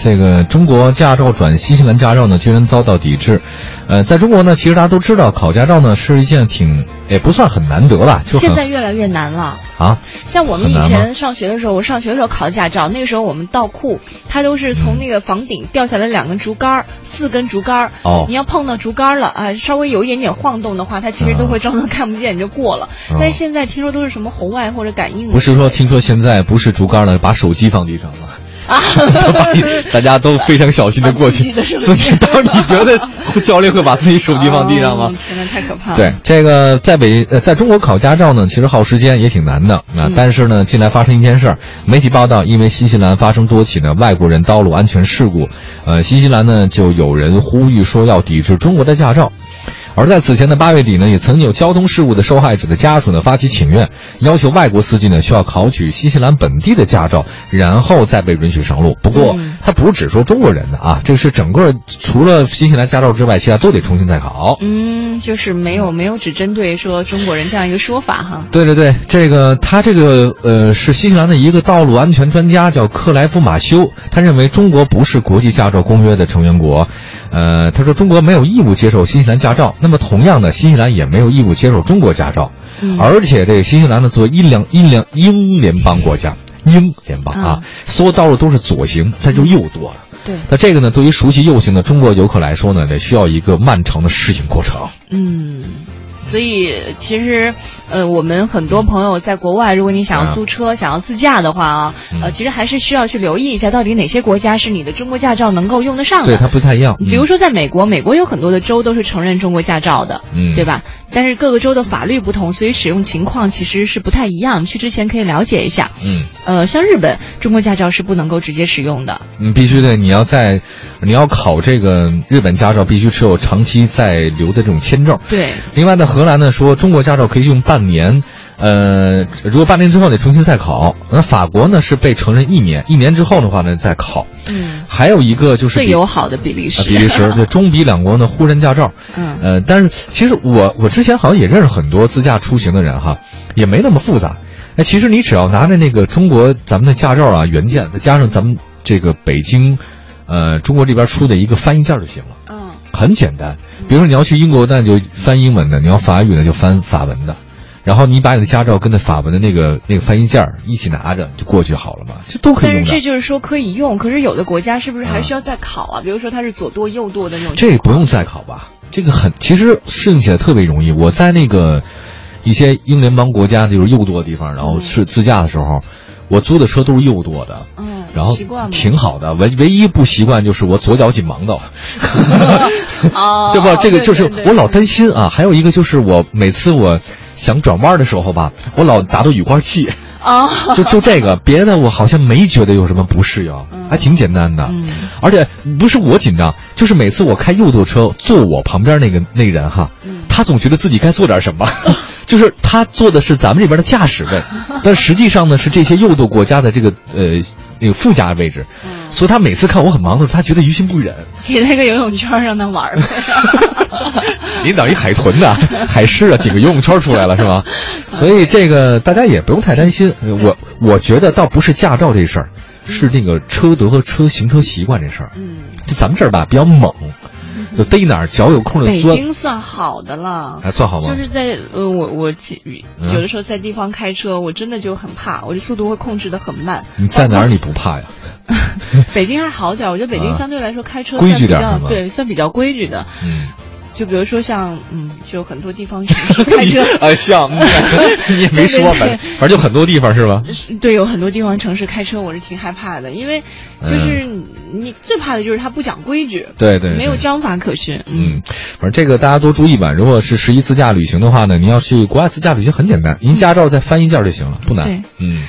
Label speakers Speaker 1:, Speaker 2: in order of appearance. Speaker 1: 这个中国驾照转新西兰驾照呢，居然遭到抵制。呃，在中国呢，其实大家都知道，考驾照呢是一件挺也不算很难得吧，就
Speaker 2: 现
Speaker 1: 很
Speaker 2: 在越来越难了。
Speaker 1: 啊，
Speaker 2: 像我们
Speaker 1: 很
Speaker 2: 以
Speaker 1: 难吗
Speaker 2: 前上学的时候，我上学的时候考驾照，那个时候我们倒库，它都是从那个房顶掉下来两根竹竿儿，四根竹竿儿。
Speaker 1: 哦
Speaker 2: 你要碰到竹竿儿了啊、稍微有一点点晃动的话，它其实都会装作看不见，你就过了。
Speaker 1: 哦
Speaker 2: 但是现在听说都是什么红外或者感应的。
Speaker 1: 不是 说听说现在不是竹竿了，把手机放地上了。
Speaker 2: 啊
Speaker 1: 就把你大家都非常小心的过去
Speaker 2: 把自己的手，机
Speaker 1: 自己当时你觉得教练会把自己手机放地上吗
Speaker 2: 哦？天哪，太可怕了。
Speaker 1: 对，这个在北呃，在中国考驾照呢，其实耗时间也挺难的。那、
Speaker 2: 嗯
Speaker 1: 但是呢，近来发生一件事儿，媒体报道，因为新西兰发生多起的外国人道路安全事故，呃，新西兰呢就有人呼吁说要抵制中国的驾照。而在此前的八月底呢，也曾有交通事故的受害者的家属呢发起请愿，要求外国司机呢需要考取新西兰本地的驾照，然后再被允许上路。不过，
Speaker 2: 嗯
Speaker 1: 它不是只说中国人的啊，这是整个除了新西兰驾照之外，其他都得重新再考。
Speaker 2: 嗯，就是没有没有只针对说中国人这样一个说法哈。
Speaker 1: 对对对，这个他这个呃是新西兰的一个道路安全专家，叫克莱夫马修。他认为中国不是国际驾照公约的成员国，呃，他说中国没有义务接受新西兰驾照。那么同样的，新西兰也没有义务接受中国驾照。
Speaker 2: 嗯
Speaker 1: 而且这个新西兰呢，作为英联英联英联邦国家，英联邦啊，
Speaker 2: 嗯
Speaker 1: 所有道路都是左行，它就右舵了。
Speaker 2: 对，
Speaker 1: 那这个呢，对于熟悉右行的中国游客来说呢，得需要一个漫长的适应过程。
Speaker 2: 嗯，所以其实，呃，我们很多朋友在国外，如果你想要租车、想要自驾的话啊，
Speaker 1: 啊嗯
Speaker 2: 呃，其实还是需要去留意一下，到底哪些国家是你的中国驾照能够用得上
Speaker 1: 对，
Speaker 2: 的。
Speaker 1: 它不太一样。嗯
Speaker 2: 比如说，在美国，美国有很多的州都是承认中国驾照的，
Speaker 1: 嗯
Speaker 2: 对吧？但是各个州的法律不同，所以使用情况其实是不太一样。去之前可以了解一下。
Speaker 1: 嗯。
Speaker 2: 呃，像日本，中国驾照是不能够直接使用的。
Speaker 1: 嗯，必须的，你要在，你要考这个日本驾照，必须持有长期在留的这种签证。
Speaker 2: 对，
Speaker 1: 另外呢，荷兰呢说中国驾照可以用半年，呃，如果半年之后得重新再考。那法国呢是被承认一年，一年之后的话呢再考。
Speaker 2: 嗯，
Speaker 1: 还有一个就是
Speaker 2: 最
Speaker 1: 比
Speaker 2: 友好的比利
Speaker 1: 啊
Speaker 2: 时，
Speaker 1: 比利时，对中比两国呢互认驾照。
Speaker 2: 嗯
Speaker 1: 呃，但是其实我我之前好像也认识很多自驾出行的人哈，也没那么复杂。哎，其实你只要拿着那个中国咱们的驾照啊原件，再加上咱们这个北京，呃，中国这边出的一个翻译件儿就行了，
Speaker 2: 嗯。
Speaker 1: 很简单。比如说你要去英国，那你就翻英文的；你要法语呢，就翻法文的。然后你把你的驾照跟那法文的那个那个翻译件儿一起拿着就过去好了嘛，这都可以
Speaker 2: 但是
Speaker 1: 用的
Speaker 2: 这。就是说可以用，可是有的国家是不是还需要再考啊？比如说它是左舵右舵的那种。
Speaker 1: 嗯这不用再考吧？这个很，其实适应起来特别容易。我在那个一些英联邦国家，就是右舵的地方，
Speaker 2: 嗯
Speaker 1: 然后是自驾的时候，我租的车都是右舵的。
Speaker 2: 嗯，
Speaker 1: 然后
Speaker 2: 习惯吗？
Speaker 1: 挺好的，唯唯一不习惯就是我左脚紧 忙的，
Speaker 2: 哦
Speaker 1: 对吧？这个就是
Speaker 2: 对对对
Speaker 1: 我老担心啊。还有一个就是我每次我想转弯的时候吧，我老打到雨刮器，
Speaker 2: 哦，
Speaker 1: 就就这 个，别的我好像没觉得有什么不适应，
Speaker 2: 嗯
Speaker 1: 还挺简单的。
Speaker 2: 嗯
Speaker 1: 而且不是我紧张，就是每次我开右舵车，坐我旁边那个那个人哈，
Speaker 2: 嗯
Speaker 1: 他总觉得自己该做点什么，就是他坐的是咱们这边的驾驶位，但实际上呢是这些右舵国家的这个呃那个副驾位置，
Speaker 2: 嗯
Speaker 1: 所以他每次看我很忙的时候，他觉得于心不忍。
Speaker 2: 给他一个游泳圈儿让他玩 儿呗。
Speaker 1: 领导一海豚呐，海狮啊，顶个游泳圈出来了是吧？所以这个大家也不用太担心。呃我我觉得倒不是驾照这事儿，是那个车德和车行车习惯这事儿。
Speaker 2: 嗯，
Speaker 1: 就咱们这儿吧，比较猛，就逮哪儿脚有空就
Speaker 2: 北
Speaker 1: 钻，
Speaker 2: 京算好的了。
Speaker 1: 还算好吗
Speaker 2: 就？是在呃，我我其
Speaker 1: 嗯
Speaker 2: 有的时候在地方开车，我真的就很怕，我的速度会控制的很 慢。
Speaker 1: 你在哪儿你不怕呀？
Speaker 2: 北京还好点儿，我觉得北京
Speaker 1: 啊
Speaker 2: 相对来说开车
Speaker 1: 规
Speaker 2: 算
Speaker 1: 矩
Speaker 2: 比
Speaker 1: 点儿
Speaker 2: 较
Speaker 1: 是吧
Speaker 2: 对，算比较规矩的。
Speaker 1: 嗯，
Speaker 2: 就比如说像嗯，就很多地方城市 开车，
Speaker 1: 啊，像你也没说，反正反正就很多地方是吧？
Speaker 2: 是对，有很多地方城市开车我是挺害怕的，因为就是你,、最怕的就是他不讲规矩，
Speaker 1: 嗯对对，对
Speaker 2: 没有章法可循。嗯，
Speaker 1: 嗯，反正这个大家多注意吧。如果是十一自驾旅行的话呢，你要去国外自驾旅行很简单，您驾照再翻一件儿就行了，不难
Speaker 2: 嗯对。
Speaker 1: 嗯。